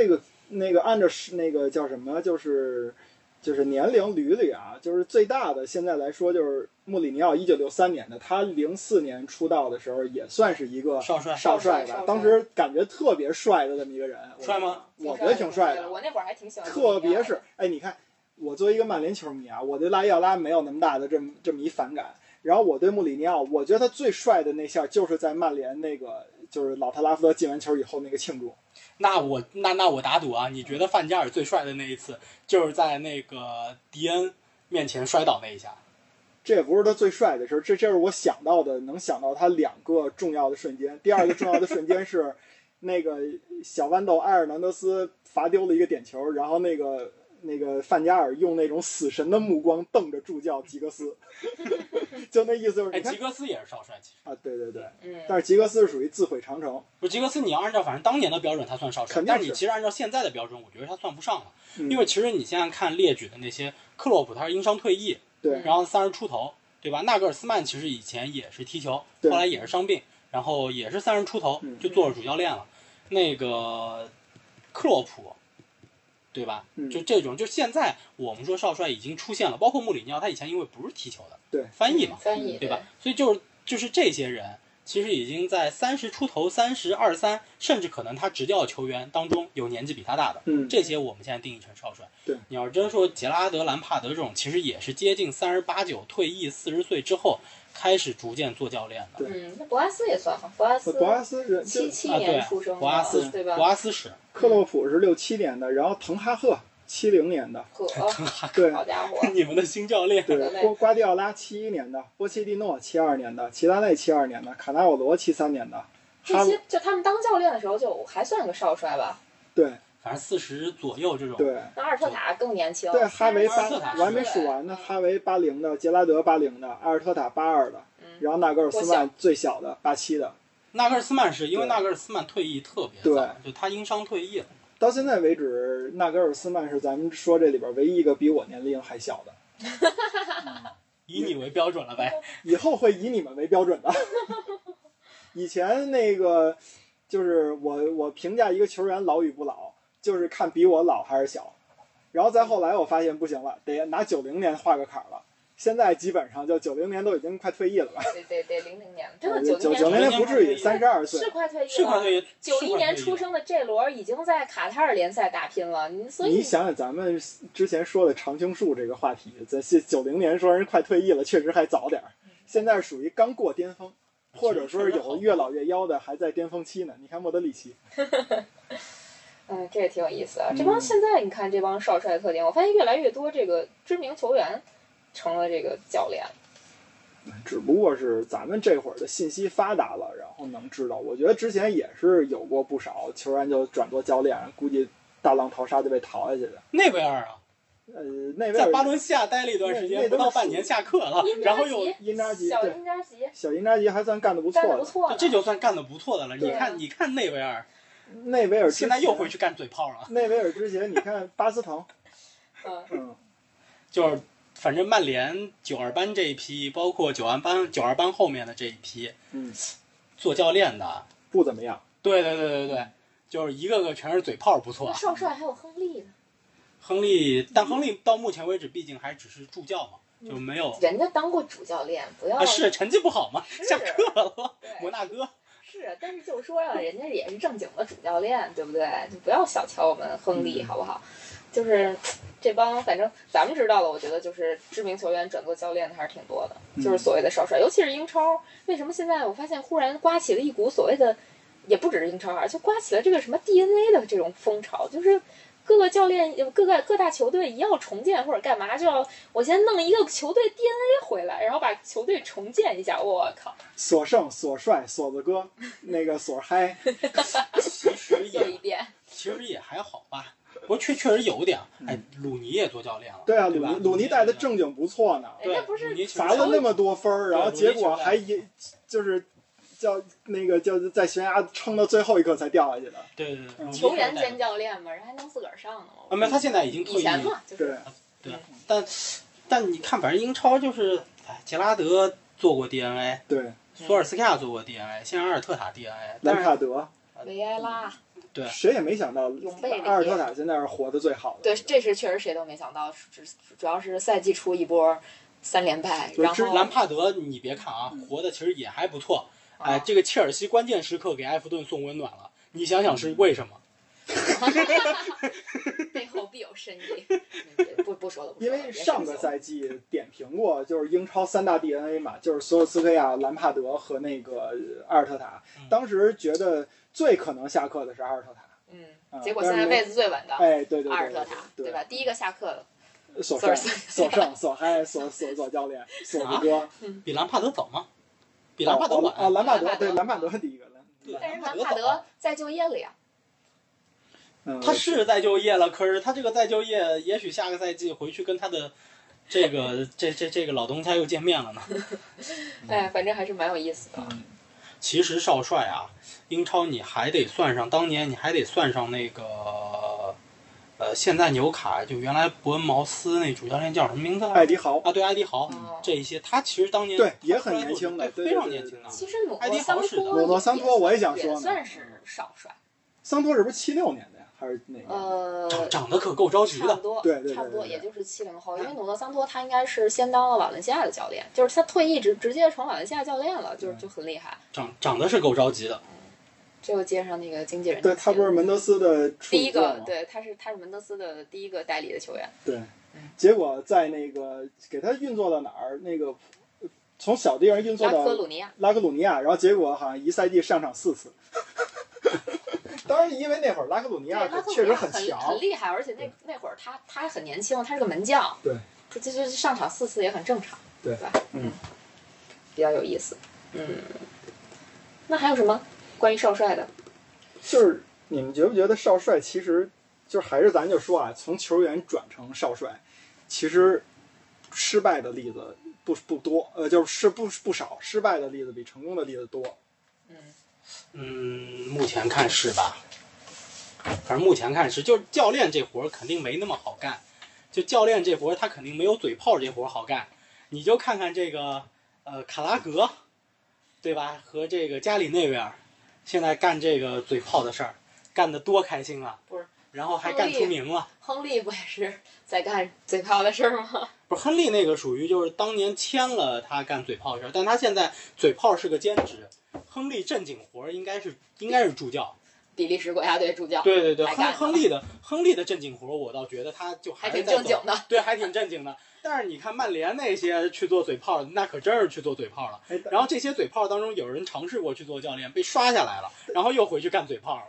S3: 这个那个按照是那个叫什么，就是就是年龄捋捋啊，就是最大的现在来说就是穆里尼奥一九六三年的，他零四年出道的时候也算是一个
S4: 少帅
S3: 少帅
S2: 少
S3: 吧
S2: 帅，
S3: 当时感觉特别帅的这么一个人，我
S4: 帅吗？
S3: 我觉得挺帅的
S2: 的。，我那会儿还挺喜欢迪尼奥
S3: 特
S2: 的，
S3: 别是哎，你看，我作为一个曼联球迷啊，我对拉伊奥拉没有那么大的这么这么一反感。然后我对穆里尼奥，我觉得他最帅的那下就是在曼联那个就是老特拉福德进完球以后那个庆祝，
S4: 那我那那我打赌啊，你觉得范加尔最帅的那一次，就是在那个迪恩面前摔倒那一下，
S3: 这也不是他最帅的事儿，这这是我想到的，能想到他两个重要的瞬间。第二个重要的瞬间是，那个小豌豆埃尔南德斯罚丢了一个点球，然后那个那个范加尔用那种死神的目光瞪着助教吉格斯，就那意思就是
S4: 哎，
S3: 你看
S4: 吉格斯也是少帅，其实
S3: 啊，对对对，
S2: 嗯，
S3: 但是吉格斯是属于自毁长城，
S4: 不，吉格斯你要按照反正当年的标准，他算少帅
S3: 肯，定
S4: 但
S3: 是
S4: 你其实按照现在的标准，我觉得他算不上了，
S3: 嗯
S4: 因为其实你现在看列举的那些克洛普，他是因伤退役，
S3: 对
S4: 然后三十出头，对吧？纳格尔斯曼其实以前也是踢球，
S3: 对
S4: 后来也是伤病，然后也是三十出头
S3: 嗯
S4: 就做了主教练了。那个克洛普，对吧？
S3: 嗯
S4: 就这种，就现在我们说少帅已经出现了，包括穆里尼奥，他以前因为不是踢球的，
S3: 对
S4: 翻译嘛，
S2: 翻译
S4: 对吧？？所以就是就是这些人，其实已经在三十出头、三十二三，甚至可能他执教的球员当中有年纪比他大的，
S3: 嗯
S4: 这些我们现在定义成少帅。
S3: 对
S4: 你要真说杰拉德、兰帕德这种，其实也是接近三十八九、退役四十岁之后开始逐渐做教练的。
S3: 对
S2: 嗯，那博阿斯也算吗？博阿斯，
S3: 呃博阿斯人就
S2: 七七
S4: 啊，对
S2: 年出生，的，
S4: 博阿斯，
S2: 对吧
S4: 博？阿斯史，
S3: 克洛普是六七年的，然后滕哈赫七零年的，
S2: 可
S3: 对
S2: 哦好家伙，
S4: 你们的新教练。
S2: 好
S3: 对，
S2: 嘞
S3: 瓜瓜迪奥拉七一年的，波切蒂诺七二年的，齐达内七二年的，卡纳瓦罗七三年的，
S2: 这
S3: 哈
S2: 些就他们当教练的时候就还算个少帅吧？
S3: 对
S4: 反正四十左右这种，
S3: 对
S2: 那阿尔特塔更年轻，
S3: 对，哈维
S4: 阿
S3: 八
S4: 尔特塔
S3: 我还没数完呢，哈维八零的，杰拉德八零的，阿尔特塔八二的，然后纳格尔斯曼最小的八七的，
S4: 纳格尔斯曼是因为
S3: 对
S4: 纳格尔斯曼退役特别早，就他因伤退役了。
S3: 到现在为止，纳格尔斯曼是咱们说这里边唯一一个比我年龄还小的，
S4: 以你为标准了呗。
S3: 以后会以你们为标准的。以前那个就是我我评价一个球员老与不老，就是看比我老还是小。然后再后来我发现不行了，得拿九零年画个坎儿了。现在基本上就九零年都已经快退役了吧？
S2: 得得得零零年，真的
S3: 九
S2: 九
S3: 九零
S4: 年
S3: 年不至于，三十二岁
S2: 是。快退役了，
S4: 是快退役，
S2: 九
S4: 是
S2: 一
S4: 快
S2: 年
S4: 退役
S2: 出生的这轮已经在卡塔尔联赛打拼了，你所以
S3: 你想想咱们之前说的常青树这个话题，咱九零年说人快退役了，确实还早点儿。现在属于刚过巅峰，或者说是
S4: 确实
S3: 有
S4: 好
S3: 越老越妖的还在巅峰期呢。你看莫德里奇，
S2: 嗯，这也挺有意思啊。这帮现在你看这帮少帅的特点，我发现越来越多这个知名球员成了这个教练。
S3: 只不过是咱们这会儿的信息发达了，然后能知道。我觉得之前也是有过不少球员就转做教练，估计大浪淘沙就被淘下去的。
S4: 内维尔啊，
S3: 呃，那位
S4: 在巴伦西亚待了一段时
S3: 那
S4: 间，
S3: 那都
S4: 不
S3: 是
S4: 到半年下课了
S2: 因，扎
S4: 啊然后又
S2: 吉
S3: 因扎吉
S2: 小
S3: 对
S2: 因扎吉
S3: 小因扎吉还算干得不错
S2: 干得不
S3: 的，
S2: 错呢，
S4: 这就算干得不错的了。你
S2: 对啊
S4: 看，你看内维尔
S3: 内维尔之
S4: 现在又
S3: 前
S4: 回去干嘴炮了，
S3: 内维尔之前，你看巴斯滕，
S2: 嗯，
S3: 嗯，
S4: 就是反正曼联九二班这一批，包括九二班九二班后面的这一批，
S3: 嗯，
S4: 做教练的，
S3: 不怎么样。
S4: 对对对对对，就是一个个全是嘴炮，不错。啊
S2: 少帅还有亨利呢，
S4: 亨利，但亨利到目前为止，毕竟还只是助教嘛，就没有
S2: 人家当过主教练，不要
S4: 啊，是成绩不好嘛，
S2: 嗯是
S4: 下课了，
S2: 对
S4: 摩纳哥。
S2: 是，啊但是就说呀、人家也是正经的主教练，对不对？就不要小瞧我们亨利，好不好？就是这帮，反正咱们知道了，我觉得就是知名球员转做教练的还是挺多的，就是所谓的少帅，尤其是英超。为什么现在我发现忽然刮起了一股所谓的，也不只是英超啊，就刮起了这个什么 DNA 的这种风潮，就是。各个教练、各个各大球队一要重建或者干嘛，就要我先弄一个球队 DNA 回来，然后把球队重建一下。我靠，
S3: 索胜、索帅、索子哥，那个索嗨，
S4: 其实
S2: 又一
S4: 也
S2: 遍。
S4: 其实也还好吧，不过确确实有点儿。哎，鲁尼也做教练了，
S3: 嗯对啊，
S4: 对
S3: 鲁
S4: 吧
S3: 尼鲁尼带的正经不错呢，
S4: 对
S2: 人家哎不是
S4: 鲁尼确实
S3: 罚了那么多分儿，
S4: 对
S3: 然后
S4: 鲁尼
S3: 结果
S4: 球带
S3: 还一就是叫那个叫在悬崖撑到最后一刻才掉下去的。
S4: 对对对，鲁尼
S2: 球员
S4: 确实带
S2: 兼教练嘛，人还能自个儿上呢。
S3: 嗯
S4: 啊，没有，他现在已经退
S2: 以
S4: 役
S2: 前
S4: 了。
S2: 嘛，就
S3: 对
S2: 是，
S4: 但但你看，反正英超就是，哎，杰拉德做过 DNA，
S3: 对，
S2: 嗯
S4: 索尔斯克亚做过 DNA，现在阿尔特塔 DNA，但
S3: 兰
S4: 是
S3: 帕德，
S2: 维埃拉。
S4: 对
S3: 谁也没想到
S2: 永贝里
S3: 阿尔特塔现在是活得最好的。
S2: 对，这是确实谁都没想到，主主要是赛季初一波三连败，
S3: 就
S2: 然
S3: 之
S2: 后
S4: 兰帕德你别看啊，活的其实也还不错。哎，
S2: 嗯啊
S4: 这个切尔西关键时刻给埃弗顿送温暖了，你想想是为什么？
S2: 背后必有深意。嗯不不说了，不
S3: 因
S2: 说了
S3: 为上个，赛季点评过，就是英超三大 DNA 嘛，就是索尔斯克亚、兰帕德和那个呃阿尔特塔。当时觉得最可能下课的是阿尔特塔，
S2: 别深思
S3: 啊
S2: 嗯，结果现在位子最稳的
S3: 哎，对对对，
S2: 阿尔特塔，
S3: 对
S2: 对吧？？第一个下课的，
S3: 索
S2: 索尔
S3: 胜、
S2: 斯
S3: 索胜、索嗨、索索索教练、索子哥，
S4: 比兰帕德早吗？比兰帕德晚。
S3: 啊，兰帕
S2: 兰
S3: 德
S2: 帕德
S3: 对兰帕德第一个，兰
S4: 对
S2: 但是
S4: 兰帕
S2: 兰
S4: 德
S2: 帕
S4: 早
S3: 啊
S2: 德。再就业了呀，
S3: 嗯
S4: 他是再就业了，可是他这个再就业，也许下个赛季回去跟他的这个这这这个老东家又见面了呢。
S2: 哎，反正还是蛮有意思的。
S3: 嗯
S4: 其实少帅啊，英超你还得算上当年，你还得算上那个，呃，现在纽卡就原来伯恩茅斯那主教练叫什么名字来着？
S3: 艾迪豪，
S4: 啊，对，埃迪
S3: 嗯
S4: 豪、
S2: 哦
S4: 这一些，他其实当年
S3: 对
S4: 他
S3: 也
S4: 出
S3: 很
S4: 来
S3: 年轻的，对
S4: 对非常
S3: 对
S4: 年
S3: 对
S4: 轻啊的
S3: 对。
S2: 其实努
S4: 埃迪
S2: 诺
S4: 豪
S2: 桑
S4: 是的
S2: 托，
S4: 努
S3: 诺桑托我也想说
S2: 也
S3: 呢
S2: 算是少帅，
S3: 桑托是不是七六年的呀？还是哪个？
S2: 呃，
S3: 嗯
S4: 长长得可够着急
S2: 差不
S4: 的，
S2: 多，
S3: 对对对对
S2: 差不多，
S3: 对
S2: 也就是七零后。因为努诺桑托他应该是先当了瓦伦西亚的教练，就是他退役直直接成瓦伦西亚教练了，就是
S3: 对
S2: 就很厉害。
S4: 长长得是够着急的。
S2: 这个接上那个经纪人，
S3: 对他不是门德斯的处
S2: 第
S3: 女
S2: 一
S3: 座
S2: 个
S3: 吗，？
S2: 对，他是他是门德斯的第一个代理的球员，
S3: 对，结果在那个给他运作到哪儿？那个从小地方运作
S2: 拉
S3: 到
S2: 科鲁尼亚。
S3: 拉科鲁尼亚，然后结果好像一赛季上场 四次。当然，因为那会儿拉科鲁尼
S2: 对，
S3: 亚
S2: 拉科鲁
S3: 确
S2: 尼
S3: 实
S2: 亚
S3: 很
S2: 很
S3: 强，
S2: 厉害，而且那那会儿他他还很年轻，他是个门将，
S3: 对，
S2: 这这这上场四次也很正常，
S3: 对
S2: 吧？
S3: 嗯，
S2: 比较有意思，嗯。那还有什么关于少帅的？
S3: 就是你们觉不觉得少帅其实就是还是咱就说啊，从球员转成少帅，其实失败的例子不不多，呃，就是是不不少，失败的例子比成功的例子多。
S4: 嗯，目前看是吧？反正目前看是，就是教练这活儿肯定没那么好干，就教练这活儿他肯定没有嘴炮这活儿好干。你就看看这个呃卡拉格，对吧？和这个加里内维尔，现在干这个嘴炮的事儿，干得多开心啊！
S2: 不是，
S4: 然后还干出名了。
S2: 亨利不也是在干嘴炮的事儿吗？
S4: 不是亨利那个属于就是当年签了他干嘴炮的事儿，但他现在嘴炮是个兼职。亨利正经活儿应该是应该是助教，
S2: 比利时国家队主教，
S4: 对对对，
S2: 还
S4: 亨
S2: 干呢
S4: 亨利的亨利的正经活，我倒觉得他就
S2: 还
S4: 是
S2: 挺
S4: 在
S2: 正经
S4: 走，
S2: 的。
S4: 对，还挺正经的。但是你看曼联那些去做嘴炮的，那可真是去做嘴炮了。
S3: 哎，但
S4: 然后这些嘴炮当中，有人尝试过去做教练，被刷下来了，然后又回去干嘴炮了。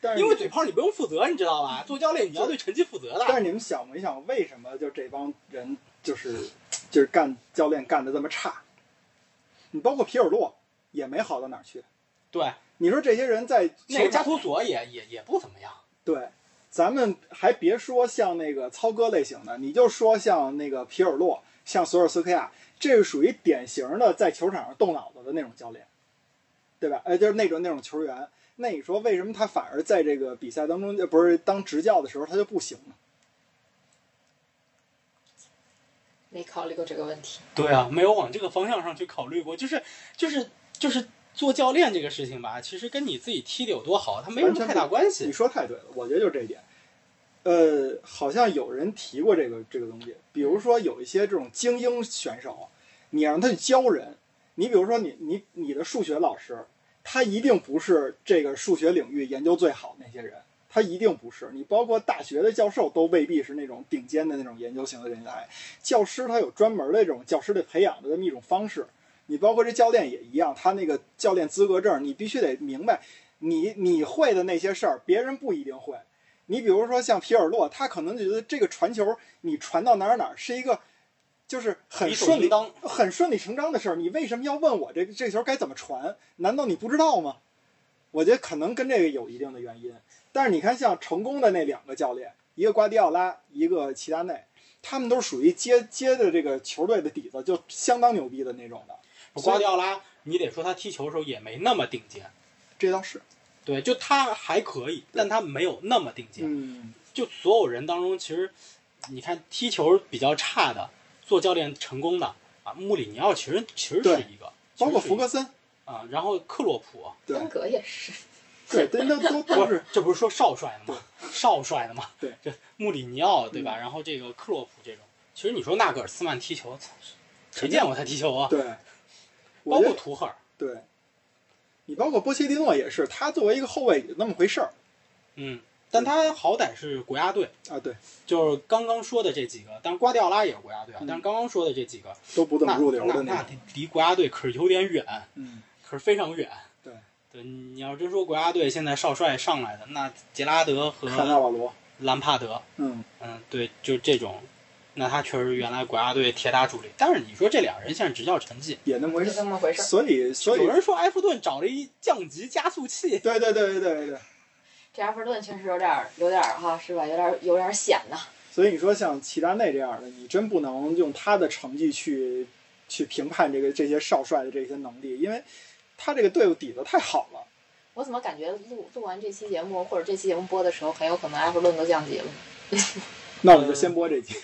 S3: 但是
S4: 因为嘴炮你不用负责，你知道吧？做教练你要对成绩负责
S3: 但
S4: 的。
S3: 是你们想没想，为什么就这帮人就是就是干教练干的这么差？你包括皮尔洛也没好到哪儿去。
S4: 对，
S3: 你说这些人在
S4: 那
S3: 球
S4: 个加
S3: 场
S4: 图索也也也不怎么样。
S3: 对，咱们还别说像那个操戈类型的，你就说像那个皮尔洛、像索尔斯克亚，这个属于典型的在球场上动脑子的那种教练，对吧？呃，就是那种那种球员。那你说为什么他反而在这个比赛当中，呃不是当执教的时候他就不行呢？
S2: 没考虑过这个问题，
S4: 对啊，没有往这个方向上去考虑过，就是就是就是做教练这个事情吧，其实跟你自己踢的有多好，它没什
S3: 完
S4: 么
S3: 全
S4: 太
S3: 不
S4: 大关
S3: 你
S4: 系。
S3: 说太对了，我觉得就是这一点。呃，好像有人提过这个这个东西，比如说有一些这种精英选手，你让他去教人，你比如说你你你的数学老师，他一定不是这个数学领域研究最好那些人，他一定不是。你包括大学的教授都未必是那种顶尖的那种研究型的人才，教师他有专门的这种教师的培养的这么一种方式。你包括这教练也一样，他那个教练资格证，你必须得明白你你会的那些事儿，别人不一定会。你比如说像皮尔洛，他可能觉得这个传球你传到哪儿哪儿是一个，就是很
S4: 理所
S3: 顺利
S4: 应当
S3: 很顺理成章的事儿，你为什么要问我这这球该怎么传？难道你不知道吗？我觉得可能跟这个有一定的原因。但是你看，像成功的那两个教练，一个瓜迪奥拉，一个齐达内，他们都属于接接的这个球队的底子就相当牛逼的那种的。
S4: 瓜迪奥拉，你得说他踢球的时候也没那么顶尖，
S3: 这倒是，
S4: 对，就他还可以，但他没有那么顶尖。
S3: 嗯，
S4: 就所有人当中，其实你看踢球比较差的，做教练成功的啊，穆里尼奥其实其实是
S3: 对
S4: 一个，
S3: 包括
S4: 其实是
S3: 福
S4: 一个
S3: 克森，
S4: 啊，然后克洛普，啊
S3: 对
S2: 温格也 是，
S3: 对，对，那都
S4: 不
S3: 都是
S4: 是，这不是说少帅的吗？少帅的嘛，
S3: 对，嗯
S4: 这穆里尼奥对吧？然后这个克洛普这种，其实你说纳格尔斯曼踢球，操谁见过他踢球啊？
S3: 对，我
S4: 包
S3: 觉
S4: 括
S3: 得
S4: 图赫尔，
S3: 对，你包括波切蒂诺也是，他作为一个后卫也就那么回事儿
S4: 嗯，但他好歹是国家队，
S3: 啊，对，
S4: 就是刚刚说的这几个，但是瓜迪奥拉也是国家队啊，
S3: 嗯
S4: 但是刚刚说的这几个，
S3: 都不怎么
S4: 那
S3: 入流的
S4: 那
S3: 种，
S4: 离国家队可是有点远，
S3: 嗯，
S4: 可是非常远。
S3: 对，
S4: 对，你要真说国家队现在少帅上来的，那杰拉德
S3: 卡纳
S4: 和
S3: 瓦罗，
S4: 兰帕德，
S3: 嗯，
S4: 嗯，对，就这种，那他确实原来国家队铁打主力。但是你说这俩人现在执教成绩，
S3: 也那么回
S2: 就
S3: 事儿
S2: 这么回事儿。
S3: 所以所以
S4: 有人说埃弗顿找了一降级加速器，
S3: 对对对对对对。
S2: 这埃弗顿确实有点儿，有点儿哈，是吧？有点儿，有点儿险呐。
S3: 所以你说像齐达内这样的，你真不能用他的成绩去去评判这个这些少帅的这些能力，因为他这个队伍底子太好了。
S2: 我怎么感觉录录完这期节目或者这期节目播的时候，很有可能埃弗顿都降级了？
S3: 那我们就先播这集，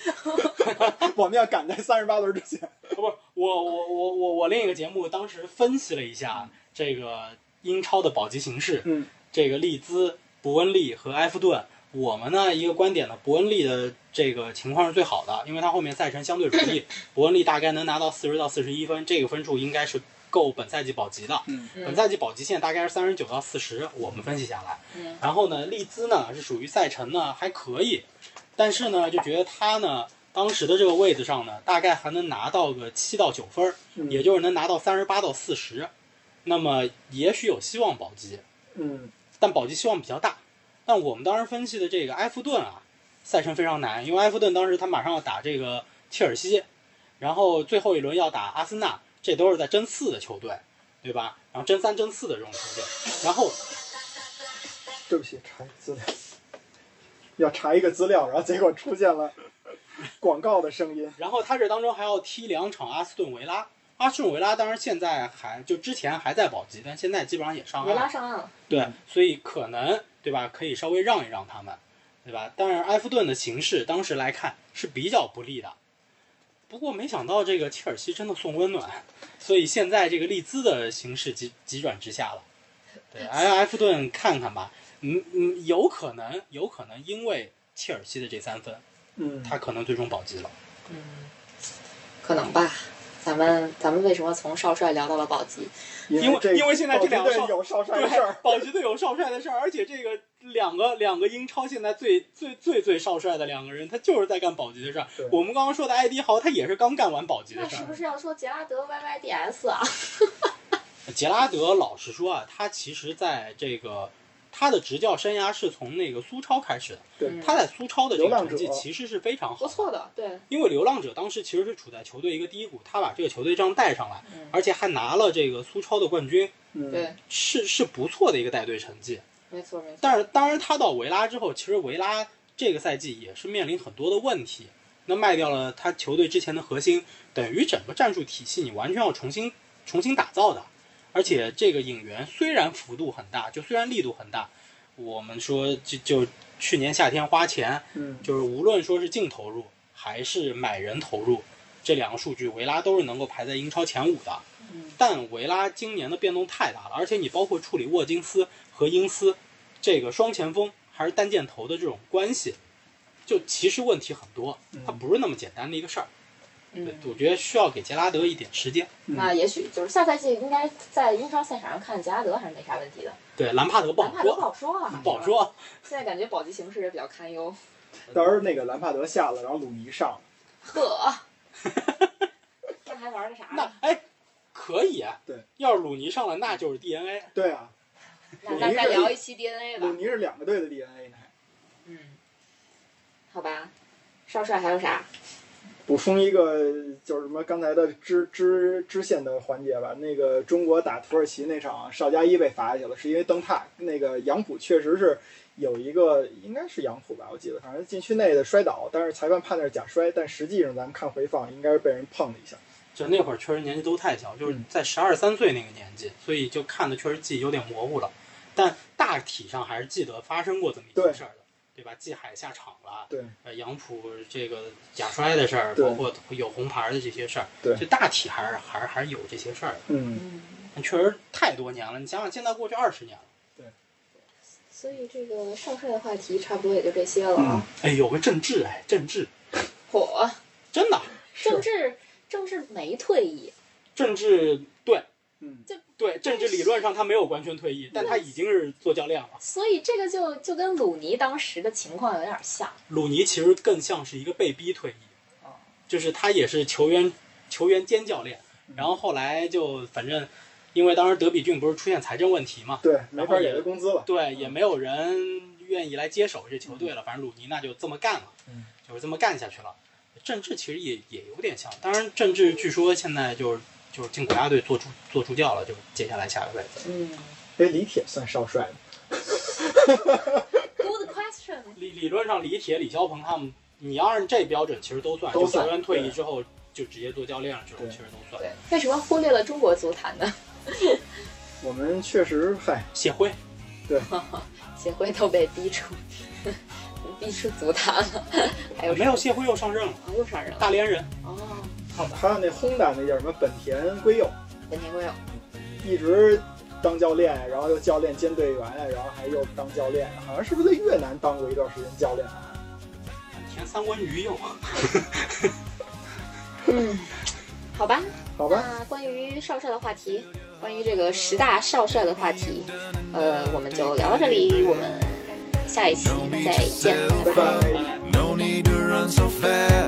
S2: 嗯
S3: 我们要赶在三十八轮之前。
S4: 不是我我我我我另一个节目当时分析了一下这个英超的保级形势，
S3: 嗯，
S4: 这个利兹、伯恩利和埃弗顿。我们呢一个观点呢，伯恩利的这个情况是最好的，因为他后面赛程相对容易，伯恩利大概能拿到四十到四十一分，这个分数应该是够本赛季保级的。
S3: 嗯
S2: 嗯
S4: 本赛季保级线大概是三十九到四十，我们分析下来。
S2: 嗯
S4: 然后呢，利兹呢是属于赛程呢还可以，但是呢就觉得他呢当时的这个位置上呢，大概还能拿到个七到九分儿，
S3: 嗯
S4: 也就是能拿到三十八到四十，那么也许有希望保级，
S3: 嗯，
S4: 但保级希望比较大。但我们当时分析的这个埃弗顿啊，赛程非常难，因为埃弗顿当时他马上要打这个切尔西，然后最后一轮要打阿森纳，这都是在争四的球队，对吧？然后争三、争四的这种球队，然后
S3: 对不起，查一个资料，要查一个资料，然后结果出现了广告的声音。
S4: 然后他这当中还要踢两场阿斯顿维拉。阿斯顿维拉当然现在还就之前还在保级，但现在基本上也上
S2: 维
S4: 岸
S2: 拉
S4: 了。
S2: 上啊岸了，
S4: 对，所以可能对吧，可以稍微让一让他们，对吧？但是埃弗顿的形势当时来看是比较不利的。不过没想到这个切尔西真的送温暖，所以现在这个利兹的形势急急转直下了。对，埃埃弗顿看看吧，嗯嗯，有可能有可能因为切尔西的这三分，
S3: 嗯
S4: 他可能最终保级了。
S2: 嗯嗯，可能吧。咱们咱们为什么从少帅聊到了宝鸡？
S4: 因为
S3: 这
S4: 因为现在这两个
S3: 队
S4: 少
S3: 有少帅的事
S4: 对
S3: 儿，，
S4: 保级队有少帅的事儿，而且这个两个两个英超现在最最最最少帅的两个人，他就是在干保级的事儿
S3: 对。
S4: 我们刚刚说的艾迪豪，他也是刚干完保级
S2: 那
S4: 的事
S2: 是
S4: 儿。
S2: 不是要说杰拉德 YYDS 啊？
S4: 杰拉德老实说啊，他其实在这个他的执教生涯是从那个苏超开始的，
S3: 对
S2: 嗯
S4: 他在苏超的这个
S3: 流浪
S4: 成
S3: 者
S4: 绩其实是非常好
S2: 不
S4: 的。
S2: 错的，对，
S4: 因为流浪者当时其实是处在球队一个低谷，他把这个球队这样带上来
S2: 嗯，
S4: 而且还拿了这个苏超的冠军，
S3: 嗯，
S2: 对，
S4: 是是不错的一个带队成绩。
S2: 没错没错。
S4: 但是当然他到维拉之后，其实维拉这个赛季也是面临很多的问题。那卖掉了他球队之前的核心，等于整个战术体系你完全要重新重新打造的。而且这个引援虽然幅度很大，就虽然力度很大，我们说就就去年夏天花钱，
S3: 嗯，
S4: 就是无论说是净投入还是买人投入，这两个数据维拉都是能够排在英超前五的。
S2: 嗯
S4: 但维拉今年的变动太大了，而且你包括处理沃金斯和英斯这个双前锋还是单箭头的这种关系，就其实问题很多，它不是那么简单的一个事儿。对
S2: 嗯，
S4: 我觉得需要给杰拉德一点时间。
S3: 啊
S2: 那也许就是下赛季应该在英超赛场上看杰拉德还是没啥问题的，
S4: 对，兰帕德不
S2: 兰
S4: 好
S2: 帕德不
S4: 说，
S2: 好说啊，
S4: 不好。说。
S2: 现在感觉保级形势也比较堪忧。
S3: 到时候那个兰帕德下了，然后鲁尼上了，
S2: 呵， 那还玩个啥
S4: 那
S2: 呢？
S4: 哎，可以啊。
S3: 对，
S4: 要是鲁尼上来，那就是 DNA。
S3: 对啊，
S2: 那咱再聊一期 DNA
S3: 鲁
S2: 吧。
S3: 尼是两个队的 DNA 呢。
S2: 嗯，好吧。少帅还有啥？
S3: 补充一个就是什么刚才的支支支线的环节吧，那个中国打土耳其那场，邵佳一被罚下去了，是因为蹬踏。那个杨浦确实是有一个，应该是杨浦吧，我记得，反正禁区内的摔倒，但是裁判判的是假摔，但实际上咱们看回放，应该是被人碰了一下。
S4: 就那会儿确实年纪都太小，就是
S3: 嗯
S4: 在十二三岁那个年纪，所以就看的确实记忆有点模糊了，但大体上还是记得发生过这么一件
S3: 对
S4: 事儿的，对吧？季海下场了，
S3: 对，
S4: 呃，杨浦这个假摔的事儿，
S3: 对
S4: 包括有红牌的这些事儿，
S3: 对
S4: 就大体还是还是还是有这些事儿的，
S3: 嗯，
S2: 嗯，
S4: 但确实太多年了，你想想，现在过去二十年了，
S2: 所以这个少帅的话题差不多也就这些了
S3: 嗯
S2: 啊。
S4: 哎，有个郑智，哎，郑智，
S2: 火，
S4: 真的，
S2: 政
S3: 是，
S2: 治政治没退役，
S4: 郑智，对
S3: 嗯，
S4: 对，郑智理论上他没有完全退役，但他已经是做教练了。
S2: 所以这个就就跟鲁尼当时的情况有点像。
S4: 鲁尼其实更像是一个被逼退役
S2: 哦，
S4: 啊就是他也是球员球员兼教练，然后后来就反正因为当时德比郡不是出现财政问题嘛，
S3: 对，没法给他工资了。
S4: 对，也没有人愿意来接手这球队了，反正鲁尼那就这么干了
S3: 嗯，
S4: 就是这么干下去了。郑智其实也也有点像，当然郑智据说现在就是就是进国家队做助做助教了，就接下来下个赛季。
S2: 嗯
S3: 哎，李铁算少帅吗？
S2: ，Good question。
S4: 理理论上李铁、李霄鹏他们，你要按这标准，其实都算，
S3: 都
S4: 就球
S3: 算
S4: 员退役
S3: 对
S4: 之后就直接做教练了，这种
S3: 对
S4: 其实都算。
S2: 对，为什么忽略了中国足坛呢？
S3: 我们确实，嗨，
S4: 谢辉，
S2: 协会都被逼出， 逼出足坛了，还有
S4: 没有哎谢辉又上任了，
S2: 啊又上人了
S4: 大连人。
S2: 哦，
S3: 还有那轰打那叫什么本田圭佑，
S2: 本田圭佑，
S3: 一直当教练，然后又教练兼队员，然后还又当教练，好像是不是在越南当过一段时间教练？啊
S4: 田三文鱼又，
S2: 嗯，好吧，
S3: 好吧，
S2: 那关于少帅的话题，关于这个十大少帅的话题，呃，我们就聊到这里，我们下一期再见，拜拜。
S3: 拜拜。
S1: No need to run so fast.